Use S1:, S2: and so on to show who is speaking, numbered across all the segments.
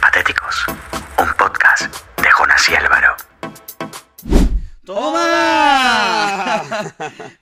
S1: Patéticos, un podcast de Jonas y Álvaro.
S2: ¡Toma!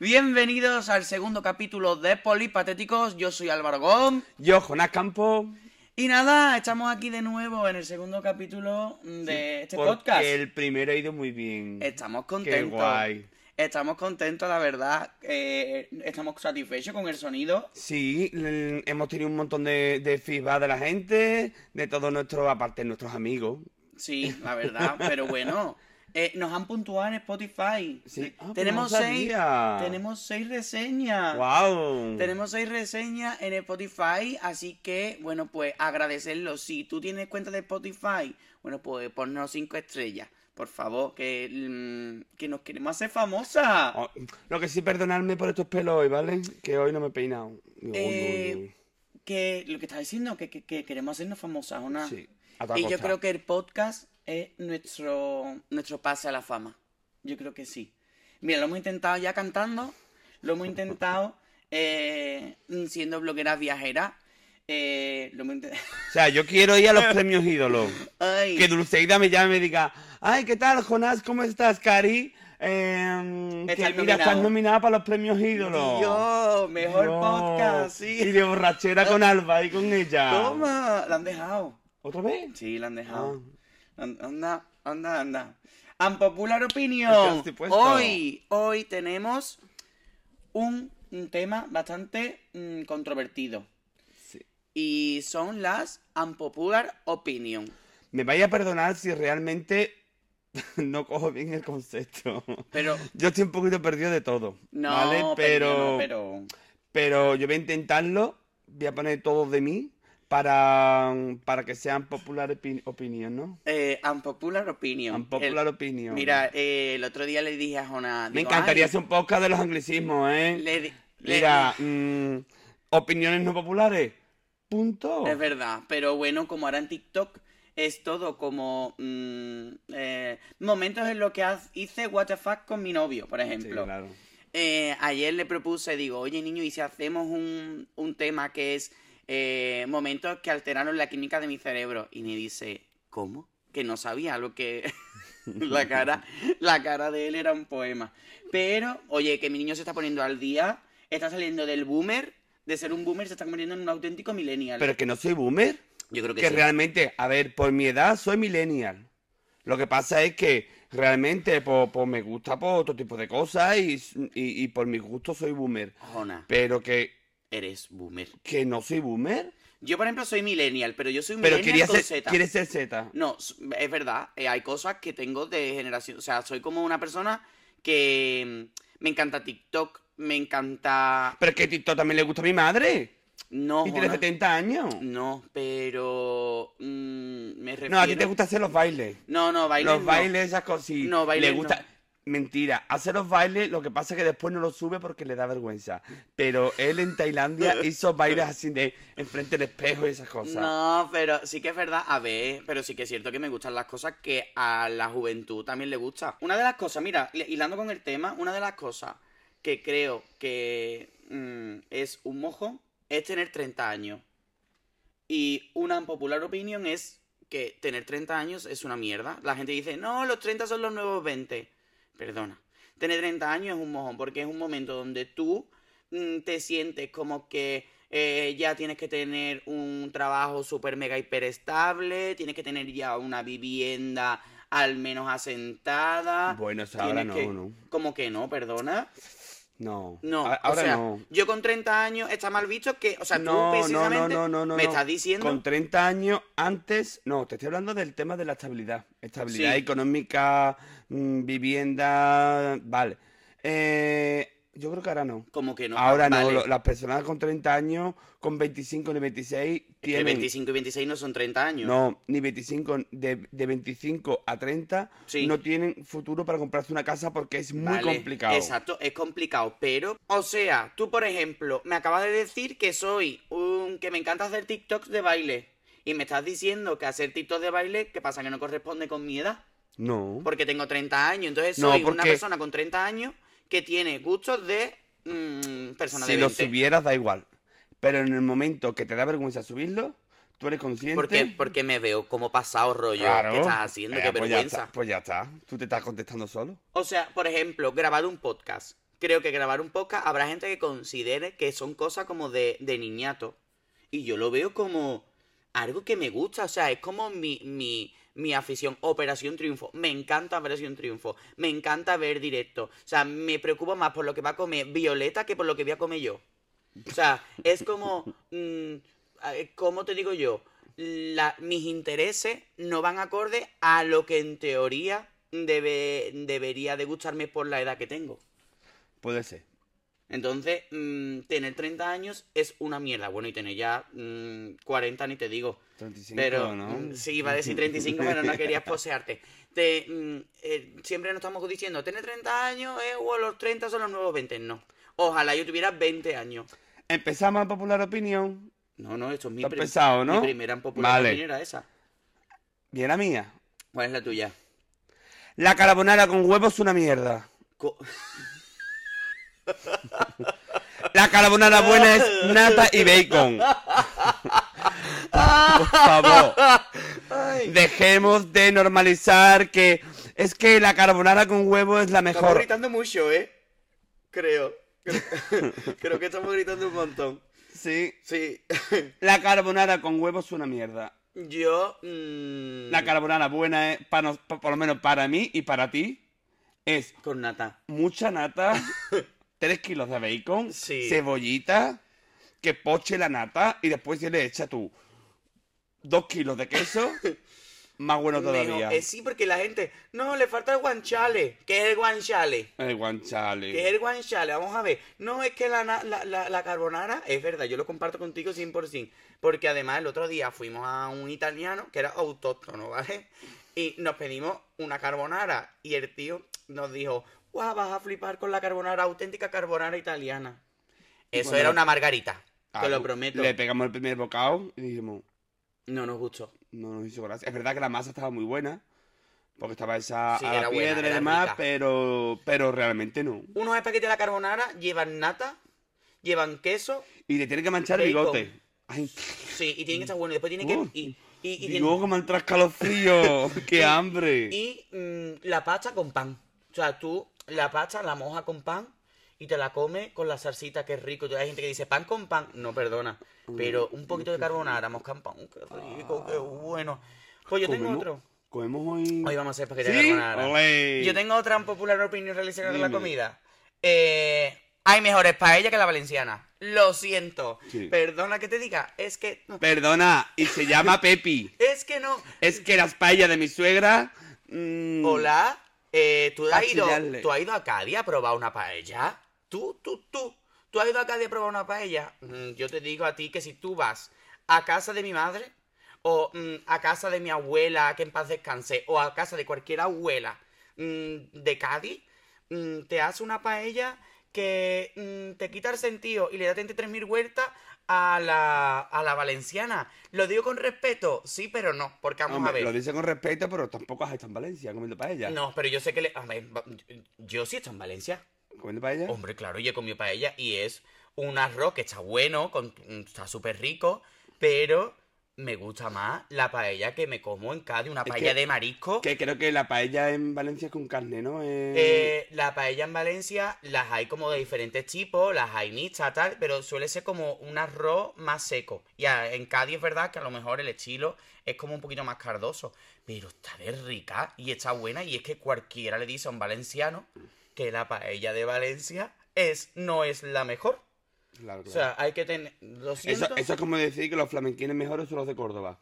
S2: Bienvenidos al segundo capítulo de Polipatéticos. Yo soy Álvaro Gom.
S3: Yo, Jonás Campo.
S2: Y nada, estamos aquí de nuevo en el segundo capítulo de este
S3: porque
S2: podcast.
S3: el primero ha ido muy bien.
S2: Estamos
S3: Qué
S2: contentos.
S3: guay.
S2: Estamos contentos, la verdad. Eh, estamos satisfechos con el sonido.
S3: Sí, l- hemos tenido un montón de, de feedback de la gente, de todos nuestros, aparte de nuestros amigos.
S2: Sí, la verdad. Pero bueno, eh, nos han puntuado en Spotify.
S3: Sí.
S2: Eh,
S3: Ah, pues
S2: tenemos,
S3: no
S2: seis,
S3: sabía.
S2: tenemos seis reseñas.
S3: ¡Wow!
S2: Ah. Tenemos seis reseñas en Spotify, así que, bueno, pues agradecerlo. Si tú tienes cuenta de Spotify, bueno, pues ponnos cinco estrellas, por favor, que, mm, que nos queremos hacer famosas.
S3: Oh, lo que sí, perdonadme por estos pelos hoy, ¿vale? Que hoy no me he peinado. Uy, uy,
S2: Eh,
S3: uy.
S2: Que lo que estás diciendo, que, que- que queremos hacernos famosas, ¿o no?
S3: Sí, a toda
S2: ah. Y yo
S3: costa.
S2: creo que el podcast es nuestro, nuestro pase a la fama. Yo creo que sí. Mira, lo hemos intentado ya cantando, lo hemos intentado eh, siendo blogueras viajeras, eh, lo hemos intentado...
S3: O sea, yo quiero ir a los premios ídolos.
S2: Ay.
S3: Que Dulceida me llame y me diga, ay, ¿qué tal, Jonás? ¿Cómo estás, Cari? Eh, que
S2: Estás
S3: mira, estás
S2: nominado".
S3: nominada para los premios ídolos.
S2: Dios, mejor
S3: No.
S2: podcast,
S3: Y
S2: sí.
S3: de borrachera con Alba y con ella.
S2: Toma, la han dejado.
S3: ¿Otra vez?
S2: Sí, la han
S3: Ah.
S2: dejado. An- Anda, anda, anda. Unpopular
S3: Es que
S2: opinion.
S3: lo estoy puesto.
S2: Hoy, hoy tenemos un, un tema bastante mm, controvertido.
S3: Sí.
S2: Y son las unpopular opinion.
S3: Me vaya a perdonar si realmente no cojo bien el concepto.
S2: Pero
S3: Yo estoy un poquito perdido de todo,
S2: no,
S3: ¿vale?
S2: pero, no,
S3: Pero,
S2: pero
S3: pero yo voy a intentarlo, voy a poner todo de mí para, para que sean popular opin- opinion, ¿no?
S2: eh, unpopular opinion.
S3: Unpopular
S2: El-
S3: opinion.
S2: Mira, eh, el otro día le dije a Jonás.
S3: Me
S2: digo,
S3: encantaría
S2: "Ay,
S3: hacer un podcast de los anglicismos, ¿eh?
S2: le di- le-
S3: Mira, mm, opiniones no populares. Punto.
S2: Es verdad, pero bueno, como ahora en TikTok es todo como mm, eh, momentos en los que haz- hice what the fuck con mi novio, por
S3: Sí,
S2: ejemplo.
S3: claro.
S2: Eh, ayer le propuse, digo, oye niño, ¿y si hacemos un, un tema que es eh, momentos que alteraron la química de mi cerebro? Y me dice, ¿cómo? Que no sabía lo que... la cara, la cara de él era un poema. Pero, oye, que mi niño se está poniendo al día, está saliendo del boomer, de ser un boomer se está convirtiendo en un auténtico millennial.
S3: Pero que no soy boomer.
S2: Yo creo que,
S3: que
S2: sí.
S3: realmente, a ver, por mi edad soy millennial. Lo que pasa es que realmente pues, pues, me gusta por otro tipo de cosas y, y- y por mi gusto soy boomer.
S2: Jona,
S3: Pero que,
S2: eres boomer.
S3: que no soy boomer.
S2: Yo, por ejemplo, soy millennial, pero yo soy un
S3: Pero
S2: millennial
S3: quería
S2: con
S3: ser,
S2: Z.
S3: quieres ser Z.
S2: No, s- es verdad, eh, hay cosas que tengo de generación. O sea, soy como una persona que mm, me encanta TikTok, me encanta.
S3: Pero es que TikTok también le gusta a mi madre.
S2: No,
S3: y este tiene
S2: Jona,
S3: 70 años.
S2: no, pero. mm, me refiero.
S3: No, a ti te gusta hacer los bailes.
S2: No, no, bailes.
S3: los
S2: no.
S3: bailes, esas cosas. sí.
S2: No, bailes
S3: Le gusta.
S2: no.
S3: Mentira, hace los bailes, lo que pasa es que después no los sube porque le da vergüenza. Pero él en Tailandia hizo bailes así de enfrente del espejo y esas cosas.
S2: No, pero sí que es verdad, a ver, pero sí que es cierto que me gustan las cosas que a la juventud también le gusta. Una de las cosas, mira, le- hilando con el tema, una de las cosas que creo que mm, es un mojo es tener 30 años. Y una popular opinión es que tener 30 años es una mierda. La gente dice, no, los 30 son los nuevos 20. Perdona. Tener 30 años es un mojón porque es un momento donde tú mm, te sientes como que eh, ya tienes que tener un trabajo super mega hiper estable, tienes que tener ya una vivienda al menos asentada.
S3: Bueno, eso ahora
S2: tienes
S3: no,
S2: que-
S3: no.
S2: Como que no, perdona.
S3: No.
S2: No,
S3: A-
S2: o
S3: ahora
S2: sea,
S3: no.
S2: yo con 30 años está mal visto que, o sea,
S3: No, no,
S2: tú precisamente
S3: no, no, no,
S2: me
S3: no.
S2: estás diciendo
S3: Con 30 años antes, no, te estoy hablando del tema de la estabilidad. Estabilidad
S2: Sí.
S3: económica, mm, vivienda, vale. Eh, yo creo que ahora no.
S2: como que no.
S3: Ahora no,
S2: vale,
S3: lo- las personas con 30 años, con 25 ni 26,
S2: que
S3: tienen...
S2: 25 y 26 no son 30 años.
S3: No, ni 25, de, de 25 a 30
S2: Sí.
S3: no tienen futuro para comprarse una casa porque es muy
S2: Vale,
S3: complicado.
S2: Exacto, es complicado, pero, o sea, tú por ejemplo, me acabas de decir que soy un que me encanta hacer TikToks de baile y me estás diciendo que hacer TikToks de baile, ¿qué pasa? Que no corresponde con mi edad,
S3: No.
S2: porque tengo 30 años, entonces
S3: No,
S2: soy una
S3: porque-
S2: persona con 30 años que tiene gustos de mm, persona
S3: si
S2: de
S3: lo
S2: 20.
S3: subieras da igual. Pero en el momento que te da vergüenza subirlo, ¿Tú eres consciente?
S2: Porque, porque me veo como pasado rollo. ¿Qué estás haciendo?
S3: Eh,
S2: Qué
S3: pues ya
S2: vergüenza.
S3: está, pues ya está. Tú te estás contestando solo.
S2: O sea, por ejemplo, grabar un podcast. Creo que grabar un podcast habrá gente que considere que son cosas como de, de niñato. Y yo lo veo como algo que me gusta. O sea, es como mi, mi, mi afición. Operación Triunfo. Me encanta Operación Triunfo. Me encanta ver directo. O sea, me preocupo más por lo que va a comer Violeta que por lo que voy a comer yo. O sea, es como, mm, a- eh, ¿cómo te digo yo? La- mis intereses no van acorde a lo que en teoría debe, debería de gustarme por la edad que tengo.
S3: Puede ser.
S2: Entonces, mm, tener 30 años es una mierda. Bueno, y tener ya mm, 40 ni te digo.
S3: 35,
S2: Pero
S3: ¿no?
S2: mm, sí, iba a decir 35, pero no querías posearte. Te, mm, eh, siempre nos estamos diciendo, tener 30 años eh, o los 30 son los nuevos 20. No. Ojalá yo tuviera 20 años.
S3: Empezamos a popular opinión.
S2: No, no, esto es mi,
S3: Está
S2: prim-
S3: pesado, ¿no?
S2: mi primera en popular
S3: Vale.
S2: opinión era esa.
S3: Y la mía.
S2: ¿Cuál es la tuya?
S3: La carbonara con huevos es una mierda.
S2: Co-
S3: La carbonara buena es nata y bacon. Por favor. Dejemos de normalizar que es que la carbonara con huevo es la
S2: Estamos
S3: mejor.
S2: gritando mucho, ¿eh? Creo. Creo que estamos gritando un montón.
S3: Sí.
S2: Sí.
S3: La carbonara con huevo es una mierda.
S2: Yo... mm,
S3: La carbonara buena es, para nos- pa- por lo menos para mí y para ti, es
S2: Con nata.
S3: mucha nata, 3 kilos de bacon,
S2: Sí.
S3: cebollita, que poche la nata y después se le echa tú 2 kilos de queso, más bueno todavía.
S2: Mejor- eh, sí, porque la gente... No, le falta el guanchale. ¿Qué es el guanchale?
S3: El
S2: ¿Qué es
S3: guanchale.
S2: el guanchale? Vamos a ver. No, es que la, na- la, la- la carbonara... Es verdad, yo lo comparto contigo 100%. Porque además el otro día fuimos a un italiano que era autóctono, ¿vale? Y nos pedimos una carbonara. Y el tío nos dijo... Guau, vas a flipar con la carbonara, auténtica carbonara italiana. Eso
S3: Bueno,
S2: era una margarita.
S3: Ah,
S2: te lo
S3: tú-
S2: prometo.
S3: Le pegamos el primer bocado y dijimos,
S2: No nos gustó.
S3: no nos hizo gracia. Es verdad que la masa estaba muy buena, porque estaba esa
S2: Sí,
S3: a la
S2: era buena,
S3: piedra y
S2: era
S3: demás,
S2: rica.
S3: pero, pero realmente no.
S2: Unos espaguetis de la carbonara llevan nata, llevan queso,
S3: Y le tiene que manchar el
S2: Bacon.
S3: bigote. Ay,
S2: sí, y tienen que estar buenos. Después tienen que.
S3: Uh,
S2: y y, y tienen-
S3: digo que me han frío. ¡Qué hambre!
S2: y, mm, la pasta con pan. O sea, tú la pasta la mojas con pan y te la comes con la salsita, que es rico. Hay gente que dice pan con pan. No, perdona. Pero un poquito de carbonara, mosca en pan. Qué rico,
S3: Ah.
S2: qué bueno. Pues yo tengo
S3: Comemos-
S2: otro.
S3: Comemos hoy.
S2: Hoy vamos a hacer espagueti
S3: ¿Sí?
S2: de carbonara.
S3: Olé.
S2: Yo tengo otra popular opinión relacionada con la
S3: Dime.
S2: comida. Eh, hay mejores paellas que la valenciana. Lo siento.
S3: Sí.
S2: Perdona que te diga. Es que.
S3: Perdona, y se llama Pepi.
S2: Es que no.
S3: Es que las paellas de mi suegra. mm,
S2: Hola. eh, ¿tú, has ido,
S3: Achillarle.
S2: ¿Tú has ido a Cádiz a probar una paella? Tú, tú, tú. ¿Tú has ido a Cádiz a probar una paella? Mm, yo te digo a ti que si tú vas a casa de mi madre o mm, a casa de mi abuela, que en paz descanse, o a casa de cualquier abuela mm, de Cádiz, mm, te hace una paella que mm, te quita el sentido y le da 33.000 vueltas a la, a la valenciana. Lo digo con respeto, sí, pero no, porque vamos
S3: hombre,
S2: a ver.
S3: Lo dice con respeto, pero tampoco has estado en Valencia comiendo paella.
S2: No, pero yo sé que le. a ver, va- yo sí he estado en Valencia.
S3: ¿Comiendo paella?
S2: Hombre, claro, yo he comido paella y es un arroz que está bueno, con, mm, está súper rico, pero me gusta más la paella que me como en Cádiz, una
S3: Es
S2: paella
S3: que-
S2: de marisco.
S3: Que creo que la paella en Valencia es con carne, ¿no? Eh,
S2: Eh, la paella en Valencia las hay como de diferentes tipos, las hay mixtas, tal, pero suele ser como un arroz más seco. Y a- en Cádiz es verdad que a lo mejor el estilo es como un poquito más cardoso, pero está de rica y está buena. Y es que cualquiera le dice a un valenciano que la paella de Valencia es, no es la mejor.
S3: claro,
S2: O
S3: claro.
S2: sea, hay que tener. Lo
S3: Eso,
S2: siento.
S3: eso es como decir que los flamenquines mejores son los de Córdoba.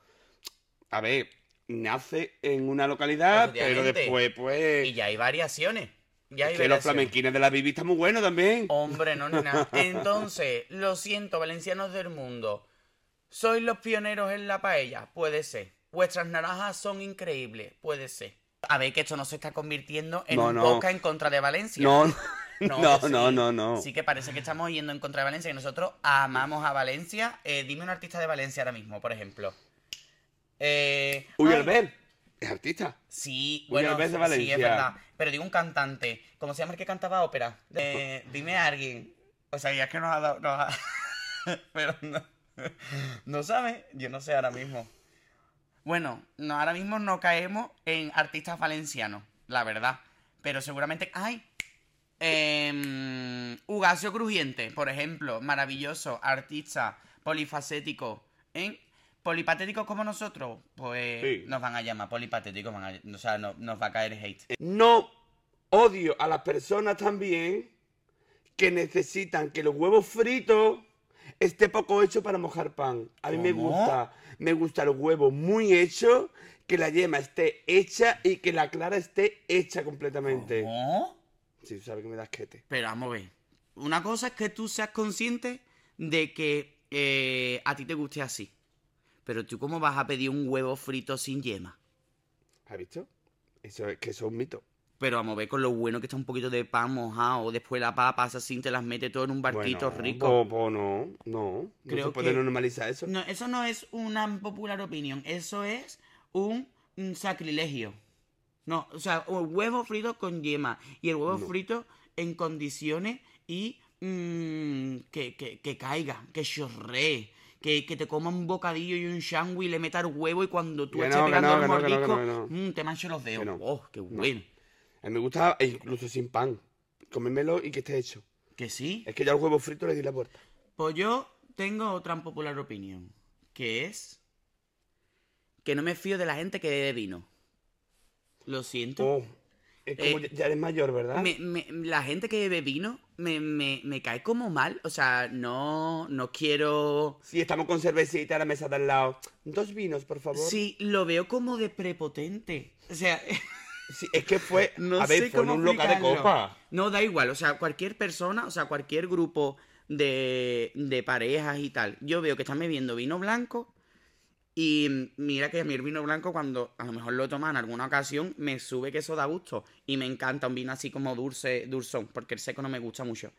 S3: A ver, nace en una localidad, pero
S2: Efectivamente.
S3: después, pues.
S2: Y ya hay variaciones. Ya hay Oh,
S3: que los
S2: variaciones.
S3: flamenquines de la Bibi están muy buenos también.
S2: Hombre, no, nena. Entonces, lo siento, valencianos del mundo. ¿Sois los pioneros en la paella? Puede ser. ¿Vuestras naranjas son increíbles? Puede ser. A ver, que esto no se está convirtiendo en
S3: No,
S2: un
S3: no.
S2: podcast en contra de Valencia. No,
S3: No, no,
S2: que sí.
S3: no, no, no.
S2: Sí que parece que estamos yendo en contra de Valencia y nosotros amamos a Valencia. Eh, dime un artista de Valencia ahora mismo, por ejemplo. Eh,
S3: Uy,
S2: ay,
S3: Albert, es artista.
S2: Sí,
S3: Uy,
S2: bueno,
S3: Albert de
S2: sí,
S3: Valencia.
S2: es verdad. Pero digo un cantante. ¿Cómo se llama el que cantaba ópera? Eh, dime a alguien. O sea, ya es que nos ha dado. nos ha- Pero no. ¿No sabes? Yo no sé ahora mismo. Bueno, no, ahora mismo no caemos en artistas valencianos, la verdad. Pero seguramente. ¡Ay! Em, Ugacio Crujiente, por ejemplo, maravilloso, artista, polifacético. ¿eh? ¿Polipatéticos como nosotros? Pues
S3: Sí.
S2: nos van a llamar polipatéticos, van a- o sea, no- nos va a caer hate.
S3: No odio a las personas también que necesitan que los huevos fritos esté poco hecho para mojar pan. A mí me
S2: ¿Cómo?
S3: gusta, me gusta los huevos muy hechos, que la yema esté hecha y que la clara esté hecha completamente.
S2: ¿No?
S3: Sí, tú sabes que me das quete.
S2: Pero vamos a ver. Una cosa es que tú seas consciente de que eh, a ti te guste así. Pero tú, ¿cómo vas a pedir un huevo frito sin yema?
S3: ¿Has visto? Eso es que eso es un mito.
S2: Pero vamos a ver con lo bueno que está un poquito de pan mojado. Después la papa pasa así, te las mete todo en un barquito
S3: Bueno,
S2: rico.
S3: po- po, no, no. No
S2: Creo
S3: se puede
S2: que-
S3: normalizar eso.
S2: No, eso no es una popular opinión. Eso es un, un sacrilegio. No, o sea, un huevo frito con yema. Y el huevo
S3: No.
S2: frito en condiciones y mm, que, que- que caiga, que chorree. Que, que te coma un bocadillo y un sándwich y le meta el huevo y cuando tú
S3: Que
S2: estés
S3: no, que
S2: pegando
S3: no,
S2: el
S3: que no, que no, que
S2: mordisco,
S3: no, que
S2: mm, te manche los dedos.
S3: no.
S2: ¡Oh, qué bueno!
S3: A mí me gusta e incluso sin pan. Comérmelo y que esté hecho.
S2: ¿Que sí?
S3: Es que ya el huevo frito le di la vuelta.
S2: Pues yo tengo otra popular opinión, que es que no me fío de la gente que bebe vino. Lo siento.
S3: Oh, es como
S2: Eh,
S3: ya- ya eres mayor, ¿verdad?
S2: Me- me- la gente que bebe vino me, me- me cae como mal. O sea, no, no quiero...
S3: Sí, estamos con cervecita a la mesa de al lado. Dos vinos, por favor.
S2: Sí, lo veo como de prepotente. O sea,
S3: Sí, es que fue,
S2: no
S3: a ver,
S2: sé
S3: fue en
S2: cómo
S3: un local de
S2: explicarlo.
S3: copa.
S2: No, da igual. O sea, cualquier persona, o sea, cualquier grupo de, de parejas y tal. Yo veo que están bebiendo vino blanco. Y mira que a mí el vino blanco, cuando a lo mejor lo toman en alguna ocasión, me sube que eso da gusto. Y me encanta un vino así como dulce, dulzón, porque el seco no me gusta mucho.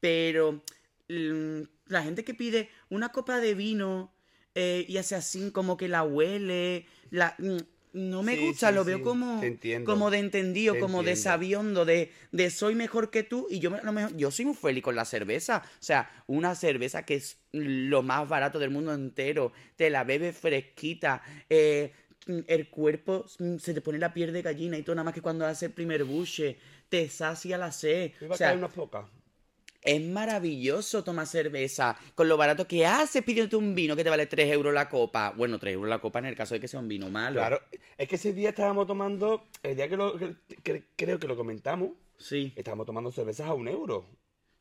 S2: Pero mm, la gente que pide una copa de vino eh, y hace así como que la huele, la, mm, no me
S3: Sí,
S2: gusta,
S3: sí,
S2: lo veo
S3: sí,
S2: como,
S3: te entiendo.
S2: como de entendido,
S3: Te
S2: como de
S3: entiendo.
S2: sabiondo, de, de soy mejor que tú. Y yo, me- a lo mejor, yo soy muy feliz con la cerveza. O sea, una cerveza que es lo más barato del mundo entero. Te la bebes fresquita. eh, el cuerpo mm, se te pone la piel de gallina y todo, nada más que cuando hace el primer buche. Te sacia la sed.
S3: Me
S2: O
S3: iba a
S2: sea,
S3: caer unas pocas.
S2: es maravilloso tomar cerveza con lo barato que haces pidiéndote un vino que te vale 3 euros la copa. Bueno, 3 euros la copa en el caso de que sea un vino malo.
S3: Claro. Es que ese día estábamos tomando, el día que, lo, que- que- creo que lo comentamos,
S2: Sí.
S3: estábamos tomando cervezas a un euro.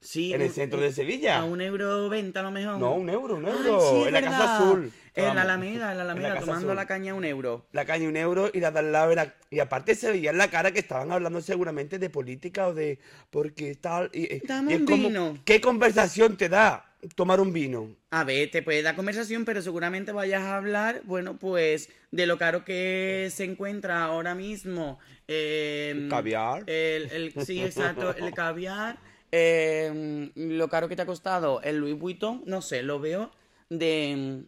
S2: Sí.
S3: En el
S2: un- e
S3: centro de Sevilla.
S2: A un euro venta a lo mejor.
S3: No, un euro, un
S2: Ah. Ay,
S3: euro.
S2: sí, es
S3: en la
S2: verdad.
S3: Casa Azul.
S2: En la
S3: Vamos.
S2: Alameda, en la Alameda,
S3: Casa
S2: tomando
S3: Azul.
S2: la caña un euro.
S3: la caña un euro y la de al lado era... Y aparte se veía en la cara que estaban hablando seguramente de política o de... Porque tal... Y, y-
S2: Dame
S3: y es
S2: un
S3: como,
S2: vino.
S3: ¿Qué conversación te da tomar un vino?
S2: A ver, te puede dar conversación, pero seguramente vayas a hablar, bueno, pues, de lo caro que se encuentra ahora mismo. eh,
S3: Caviar.
S2: El, el- sí, exacto, el caviar. eh, lo caro que te ha costado el Louis Vuitton, no sé, lo veo de...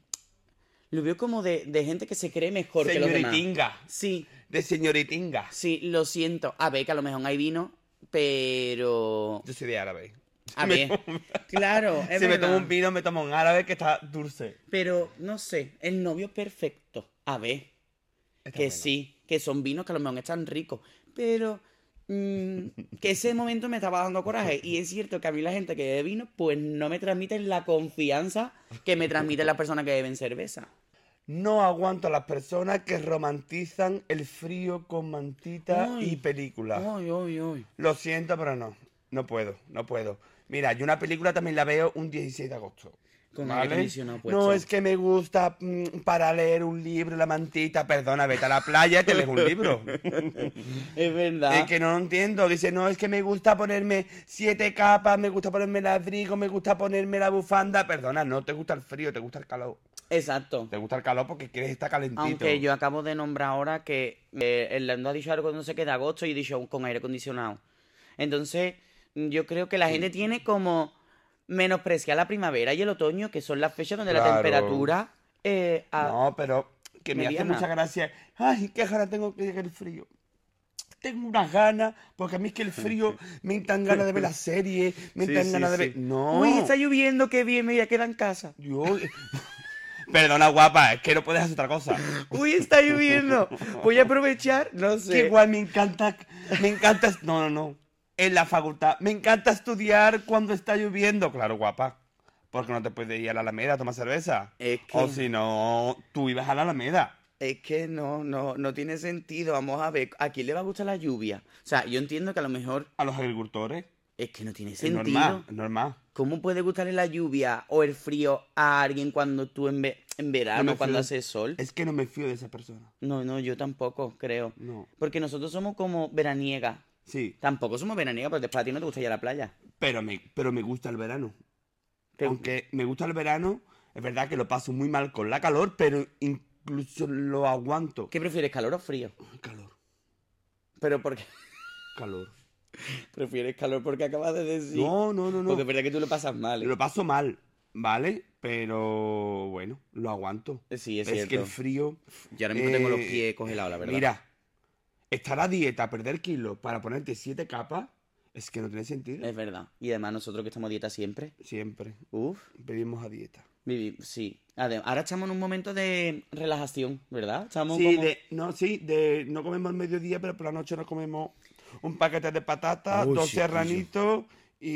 S2: Lo veo como de, de gente que se cree mejor que los demás.
S3: Señoritinga.
S2: Sí,
S3: De señoritinga.
S2: sí, lo siento. A ver, que a lo mejor hay vino, pero...
S3: Yo soy de árabe.
S2: A ver, claro, es
S3: si me tomo
S2: verdad.
S3: un vino, me tomo un árabe que está dulce.
S2: Pero no sé, el novio perfecto. A ver,
S3: Está
S2: que
S3: bueno.
S2: sí, que son vinos que a lo mejor están ricos. Pero mm, que ese momento me estaba dando coraje. Y es cierto que a mí la gente que bebe vino, pues no me transmiten la confianza que me transmiten las personas que beben cerveza.
S3: No aguanto a las personas que romantizan el frío con mantita
S2: Ay.
S3: y películas.
S2: Uy, uy, uy.
S3: Lo siento, pero no. No puedo, no puedo. Mira, yo una película también la veo un 16 de agosto.
S2: Con aire acondicionado puesto.
S3: no, es que me gusta mm, para leer un libro, la mantita. Perdona, vete a la playa y te lees un libro.
S2: Es verdad.
S3: Es que no lo entiendo. Dice, no, es que me gusta ponerme siete capas, me gusta ponerme el abrigo, me gusta ponerme la bufanda. Perdona, no te gusta el frío, te gusta el calor.
S2: Exacto.
S3: Te gusta el calor porque quieres estar calentito.
S2: Aunque yo acabo de nombrar ahora que eh, Hernando ha dicho algo no sé qué de agosto y he dicho con aire acondicionado. Entonces, mm, yo creo que la gente tiene como menospreciar la primavera y el otoño, que son las fechas donde la
S3: Claro.
S2: temperatura eh, a-
S3: No, pero que me hace
S2: Mediana.
S3: mucha gracia. Ay, qué ahora tengo que llegar el frío. tengo unas ganas, porque a mí es que el frío me entran ganas de ver las series, me
S4: Sí,
S3: entran
S4: sí,
S3: ganas de
S4: sí.
S3: ver. No.
S2: Uy, está lloviendo, qué bien, me voy a quedar en casa.
S3: Yo... Perdona, guapa, es que no puedes hacer otra cosa.
S2: Uy, está lloviendo. Voy a aprovechar, no sé.
S3: Que igual me encanta, me encanta. est- No, no, no. En la facultad. Me encanta estudiar cuando está lloviendo. Claro, guapa. Porque no te puedes ir a la Alameda a tomar cerveza.
S2: Es que-
S3: O si no, tú ibas a la Alameda.
S2: Es que no, no, no tiene sentido. Vamos a ver, ¿a quién le va a gustar la lluvia? O sea, yo entiendo que a lo mejor
S3: A los agricultores.
S2: es que no tiene
S3: Es
S2: sentido.
S3: normal, es normal.
S2: ¿Cómo puede gustarle la lluvia o el frío a alguien cuando tú en, ve- en verano,
S3: No me
S2: cuando
S3: fío.
S2: hace sol?
S3: Es que no me fío de esa persona.
S2: No, no, yo tampoco, creo.
S3: No.
S2: Porque nosotros somos como veraniega.
S3: Sí,
S2: Tampoco somos veraniega, pero después a ti no te gusta ir a la playa.
S3: pero me, pero me gusta el verano.
S2: Te-
S3: Aunque me gusta el verano, es verdad que lo paso muy mal con la calor, pero incluso lo aguanto.
S2: ¿Qué prefieres, calor o frío?
S3: Ay, Calor,
S2: Pero porque
S3: calor.
S2: prefieres calor porque acabas de decir.
S3: No, no, no, no.
S2: Porque es verdad que tú lo pasas mal.
S3: Lo paso mal, ¿vale? Pero bueno, lo aguanto.
S2: Sí, es,
S3: que
S2: cierto.
S3: el frío.
S2: Yo ahora mismo tengo los
S3: eh,
S2: pies congelados, la verdad.
S3: Mira, estar a dieta, perder kilos para ponerte siete capas, es que no tiene sentido.
S2: Es verdad. Y además nosotros que estamos a dieta siempre.
S3: Siempre
S2: Uf,
S3: vivimos a dieta.
S2: vivi- sí. Adem- ahora estamos en un momento de relajación, ¿verdad? Estamos
S3: Sí,
S2: como-
S3: de, no, sí, de no comemos al mediodía, pero por la noche nos comemos un paquete de patatas,
S2: Uy,
S3: dos
S2: chiquillo.
S3: serranitos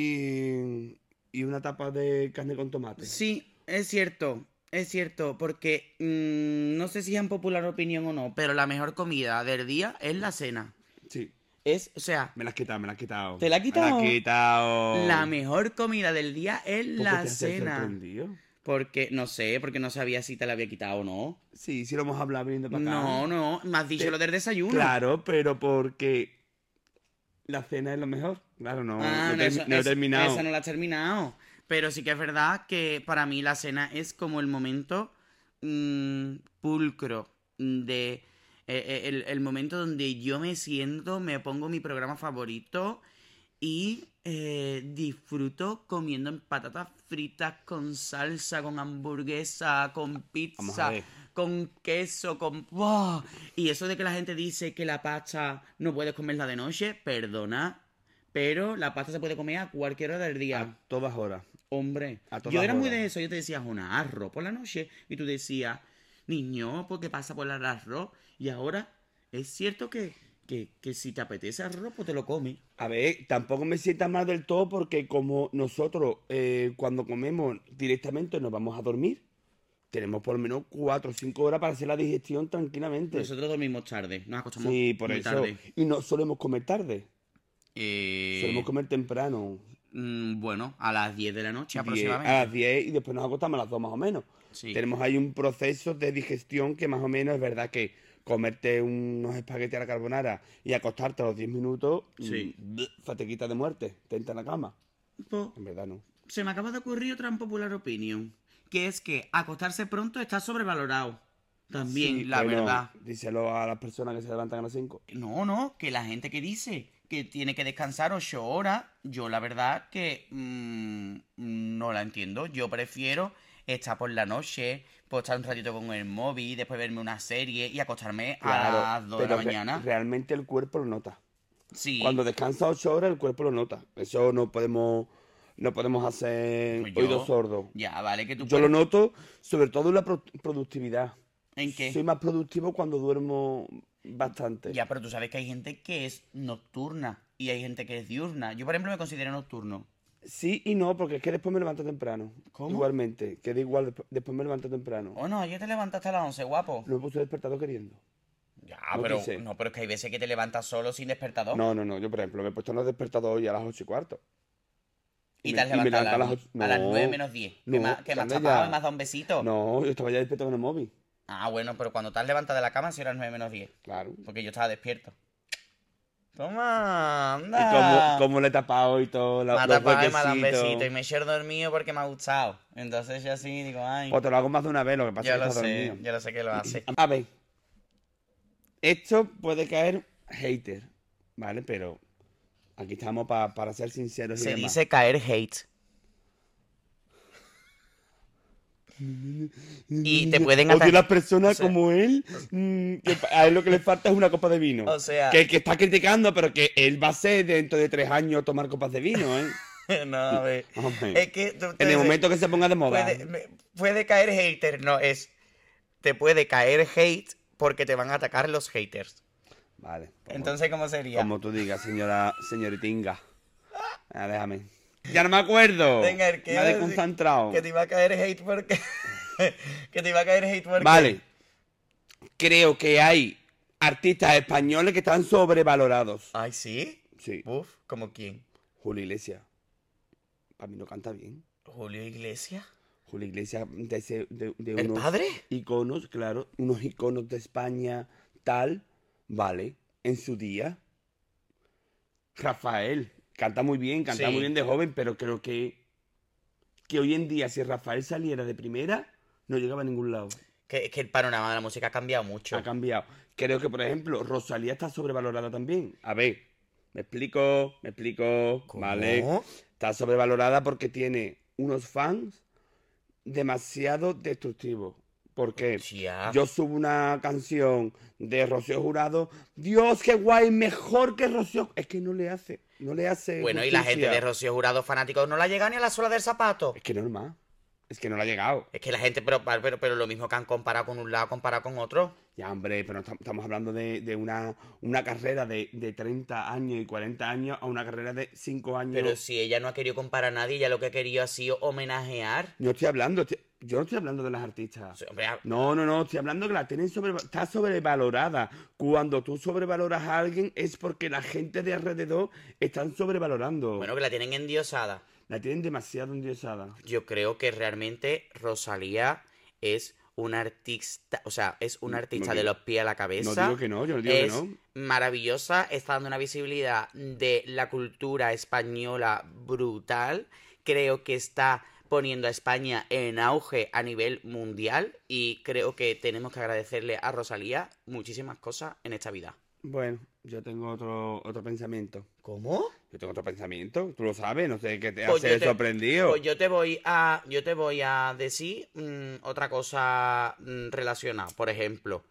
S3: y, y una tapa de carne con tomate.
S2: Sí, es cierto, es cierto, porque mm, no sé si es en popular opinión o no, pero la mejor comida del día es la cena.
S3: Sí,
S2: Es, o sea,
S3: me la has quitado, me la has quitado.
S2: ¿Te la has quitado?
S3: Me la has quitado.
S2: la mejor comida del día es
S3: ¿Por qué
S2: la
S3: te has
S2: cena.
S3: sorprendido?
S2: Porque, no sé, porque no sabía si te la había quitado o no.
S3: Sí, sí lo hemos hablado viniendo para acá.
S2: No, no, me has dicho
S3: Te-
S2: lo del desayuno.
S3: Claro, pero porque la cena es lo mejor. Claro, no,
S2: Ah,
S3: no, he termi-
S2: esa-
S3: no he
S2: esa-
S3: terminado.
S2: Esa no la has terminado. Pero sí que es verdad que para mí la cena es como el momento mm, pulcro de eh, eh, el, el momento donde yo me siento, me pongo mi programa favorito y eh, disfruto comiendo patatas fritas con salsa, con hamburguesa, con
S3: Vamos
S2: pizza
S3: a ver.
S2: con queso, con... ¡Buah! Y eso de que la gente dice que la pasta no puedes comerla de noche, perdona, pero la pasta se puede comer a cualquier hora del día.
S3: A todas horas.
S2: Hombre,
S3: a todas
S2: yo era muy
S3: horas.
S2: de eso, yo te decía, un arroz por la noche, y tú decías, niño, ¿por qué pasa por el arroz? Y ahora, es cierto que, que, que si te apetece arroz, pues te lo comes.
S3: A ver, tampoco me sienta mal del todo porque como nosotros eh, cuando comemos directamente nos vamos a dormir, tenemos por lo menos 4 o 5 horas para hacer la digestión tranquilamente.
S2: Nosotros dormimos tarde, nos acostamos
S3: sí, por
S2: muy
S3: eso.
S2: tarde.
S3: Y no solemos comer tarde,
S2: Eh,
S3: solemos comer temprano.
S2: mm, bueno, a las 10 de la noche
S3: 10,
S2: aproximadamente.
S3: a las 10 y después nos acostamos a las 2 más o menos.
S2: Sí.
S3: ah, Tenemos ahí un proceso de digestión que más o menos es verdad que comerte unos espaguetis a la carbonara y acostarte a los 10 minutos,
S2: Sí.
S3: mm, bleh, fatiguita de muerte, te entra en la cama.
S2: Pues,
S3: En verdad no.
S2: se me acaba de ocurrir otra popular opinión, que es que acostarse pronto está sobrevalorado. También,
S3: Sí,
S2: la
S3: bueno,
S2: verdad.
S3: Díselo a las personas que se levantan a las 5.
S2: No, no, que la gente que dice que tiene que descansar ocho horas, yo la verdad que mm, no la entiendo. Yo prefiero estar por la noche, pues estar un ratito con el móvil, después verme una serie y acostarme a las 2 de la mañana.
S3: realmente el cuerpo lo nota.
S2: Sí,
S3: Cuando descansa 8 horas, el cuerpo lo nota. Eso no podemos, no podemos hacer
S2: Pues yo-
S3: oídos sordos.
S2: ya, vale, que tú
S3: Yo lo
S2: puedes-
S3: noto, sobre todo en la pro- productividad.
S2: ¿En qué?
S3: Soy más productivo cuando duermo bastante.
S2: Ya, pero tú sabes que hay gente que es nocturna y hay gente que es diurna. Yo, por ejemplo, me considero nocturno.
S3: Sí y no, porque es que después me levanto temprano.
S2: ¿Cómo?
S3: Igualmente, queda igual, desp- después me levanto temprano.
S2: Oh, no, ayer te levantaste a las 11, guapo.
S3: No me puse despertado queriendo.
S2: Ya,
S3: No
S2: pero
S3: quise.
S2: no, pero es que hay veces que te levantas solo sin despertador.
S3: No, no, no. Yo, por ejemplo, me he puesto en los despertadores hoy a las 8 y cuarto.
S2: y,
S3: y
S2: te
S3: me-
S2: has
S3: y me
S2: levantado a las,
S3: levanto a las ocho-
S2: a las
S3: No.
S2: 9 menos 10. que
S3: No,
S2: me, ha- que me has
S3: anda
S2: tapado
S3: ya.
S2: y me has dado un besito.
S3: No, yo estaba ya despierto con el móvil.
S2: Ah, bueno, pero cuando te has levantado de la cama si eran 9 menos 10.
S3: Claro.
S2: Porque yo estaba despierto. Toma,
S3: Y
S2: anda.
S3: cómo, cómo le he tapado y todo. la-
S2: me ha
S3: los
S2: tapado y me ha dado un
S3: huequecitos.
S2: besito. Y me he hecho dormido porque me ha gustado. Entonces yo así digo, ay.
S3: O te lo hago más de una vez, lo que pasa
S2: Ya
S3: es que
S2: lo
S3: estás
S2: sé,
S3: dormido.
S2: ya lo sé que lo hace.
S3: A ver. Esto puede caer hater, ¿vale? Pero aquí estamos pa- para ser sinceros y
S2: Se
S3: demás.
S2: dice caer hate.
S5: Y te pueden
S3: Mm, Odio
S5: hasta-
S3: las personas
S5: o sea-
S3: como él, mm, que pa- a él lo que le falta es una copa de vino.
S5: O sea-
S3: Que, que está criticando, pero que él va a ser dentro de tres años tomar copas de vino, ¿eh?
S2: No, a ver.
S3: Hombre.
S2: Es que tú-
S3: En
S2: te-
S3: el momento que se ponga de moda.
S2: puede, me- puede caer hater, no es. Te puede caer hate porque te van a atacar los haters.
S3: Vale. pues como-
S2: Entonces, ¿cómo sería?
S3: Como tú digas, señora, señoritinga. Ah, déjame. Ya no me acuerdo.
S2: Venga, el que
S3: me
S2: iba
S3: ha
S2: a decir
S3: desconcentrado.
S2: Que te iba a caer hate porque. que te iba a caer hate porque.
S3: Vale. Creo que hay artistas españoles que están sobrevalorados.
S2: Ay, sí.
S3: Sí.
S2: Uf, ¿como quién?
S3: Julio Iglesias. Para mí no canta bien.
S2: Julio Iglesias.
S3: Julio Iglesias de, ese- de- de
S2: ¿El
S3: unos
S2: padre?
S3: iconos, claro, unos iconos de España, tal, vale, en su día. Rafael, canta muy bien, canta
S2: Sí.
S3: muy bien de joven, pero creo que, que hoy en día, si Rafael saliera de primera, no llegaba a ningún lado.
S2: Que, que el panorama de la música ha cambiado mucho.
S3: Ha cambiado. Creo que, por ejemplo, Rosalía está sobrevalorada también. A ver, me explico, me explico, vale.
S2: ¿Cómo?
S3: Está sobrevalorada porque tiene unos fans demasiado destructivos. ¿Por qué?
S2: Hostia.
S3: Eh, Yo subo una canción de Rocío Jurado. Dios, qué guay, mejor que Rocío. Es que no le hace, no le hace.
S2: Bueno, y la gente
S3: justicia.
S2: de Rocío Jurado fanáticos no la llega ni a la suela del zapato.
S3: Es que normal. Es que no le ha llegado.
S2: Es que la gente, pero, pero, pero lo mismo que han comparado con un lado, comparado con otro.
S3: Ya, hombre, pero estam- estamos hablando de, de una, una carrera de, de 30 años y 40 años a una carrera de 5 años.
S2: Pero si ella no ha querido comparar a nadie, ella lo que ha querido ha sido homenajear.
S3: No estoy hablando, estoy- yo no estoy hablando de las artistas.
S2: Hombre, ah, a-
S3: Ah. No, no, no, estoy hablando que la tienen sobre, está sobrevalorada. Cuando tú sobrevaloras a alguien es porque la gente de alrededor están sobrevalorando.
S2: bueno, que la tienen endiosada.
S3: La tienen demasiado endiosada.
S2: Yo creo que realmente Rosalía es una artista, o sea, es una
S3: No
S2: artista de
S3: digo-
S2: los pies a la cabeza.
S3: No digo que no, yo no digo que
S2: es
S3: no.
S2: maravillosa, está dando una visibilidad de la cultura española brutal. Creo que está poniendo a España en auge a nivel mundial y creo que tenemos que agradecerle a Rosalía muchísimas cosas en esta vida.
S3: Bueno, yo tengo otro, otro pensamiento.
S2: ¿Cómo?
S3: Yo tengo otro pensamiento, tú lo sabes, no sé qué te
S2: Pues yo
S3: hace
S2: te-
S3: sorprendido.
S2: Pues yo te voy a, yo te voy a decir mm, otra cosa mm, relacionada. Por ejemplo,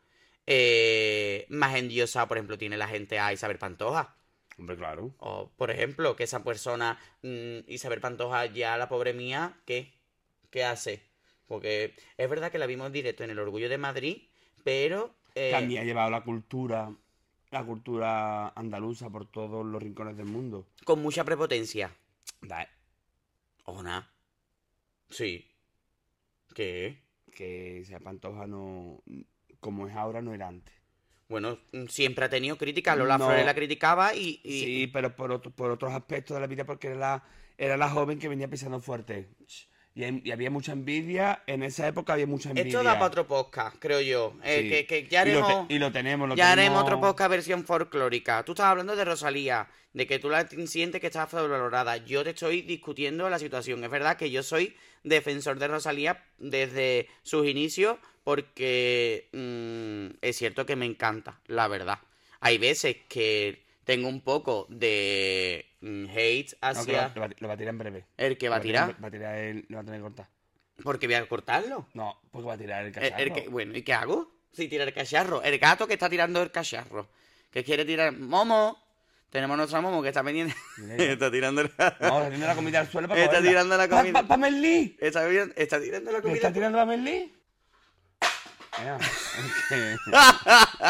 S2: eh, más endiosa, por ejemplo, tiene la gente a Isabel Pantoja.
S3: Hombre, claro.
S2: O, por ejemplo, que esa persona, mm, Isabel Pantoja, ya la pobre mía, ¿qué? ¿Qué hace? Porque es verdad que la vimos en directo en el Orgullo de Madrid, pero... eh,
S3: También ha llevado la cultura, la cultura andaluza por todos los rincones del mundo.
S2: con mucha prepotencia.
S3: Da-
S2: ¿O na? Sí. ¿Qué?
S3: Que sea Pantoja no, como es ahora, no era antes.
S2: Bueno, mm, siempre ha tenido críticas. Lola
S3: No.
S2: Flores la criticaba y... y-
S3: Sí, pero por, otro- por otros aspectos de la vida, porque era la, era la joven que venía pisando fuerte. Y, hay- y había mucha envidia, en esa época había mucha envidia.
S2: Esto da para otro podcast, creo yo. Eh,
S3: Sí.
S2: que, que ya
S3: Y lo te-
S2: haremos...
S3: Y lo, tenemos, lo
S2: Ya haremos
S3: tenemos.
S2: otro podcast versión folclórica. Tú estás hablando de Rosalía, de que tú la t- sientes que está sobrevalorada. Yo te estoy discutiendo la situación. Es verdad que yo soy defensor de Rosalía desde sus inicios porque mm, es cierto que me encanta, la verdad. Hay veces que tengo un poco de mm, hate
S3: No, que lo,
S2: hacia
S3: lo va, lo va a tirar en breve.
S2: el que
S3: Lo
S2: va a tirar,
S3: en- Va a tirar él, lo va a tener que cortar.
S2: porque voy a cortarlo.
S3: No, porque va a tirar
S2: Eh,
S3: el
S2: El- el
S3: cacharro.
S2: que- bueno, ¿y qué hago? Si tira el cacharro. El gato que está tirando el cacharro. Que quiere tirar. ¡Momo! Tenemos nuestra momo que está pendiente.
S3: Mira, mira.
S2: está tirando el-
S3: No, está tirando la comida al suelo para
S2: Está
S3: cogerla.
S2: tirando la
S3: Pa-
S2: comida.
S3: pa- pa Merlí!
S2: Está, vi- está tirando la
S3: ¿Me
S2: comida.
S3: está tirando la Merlí? Mira, es que-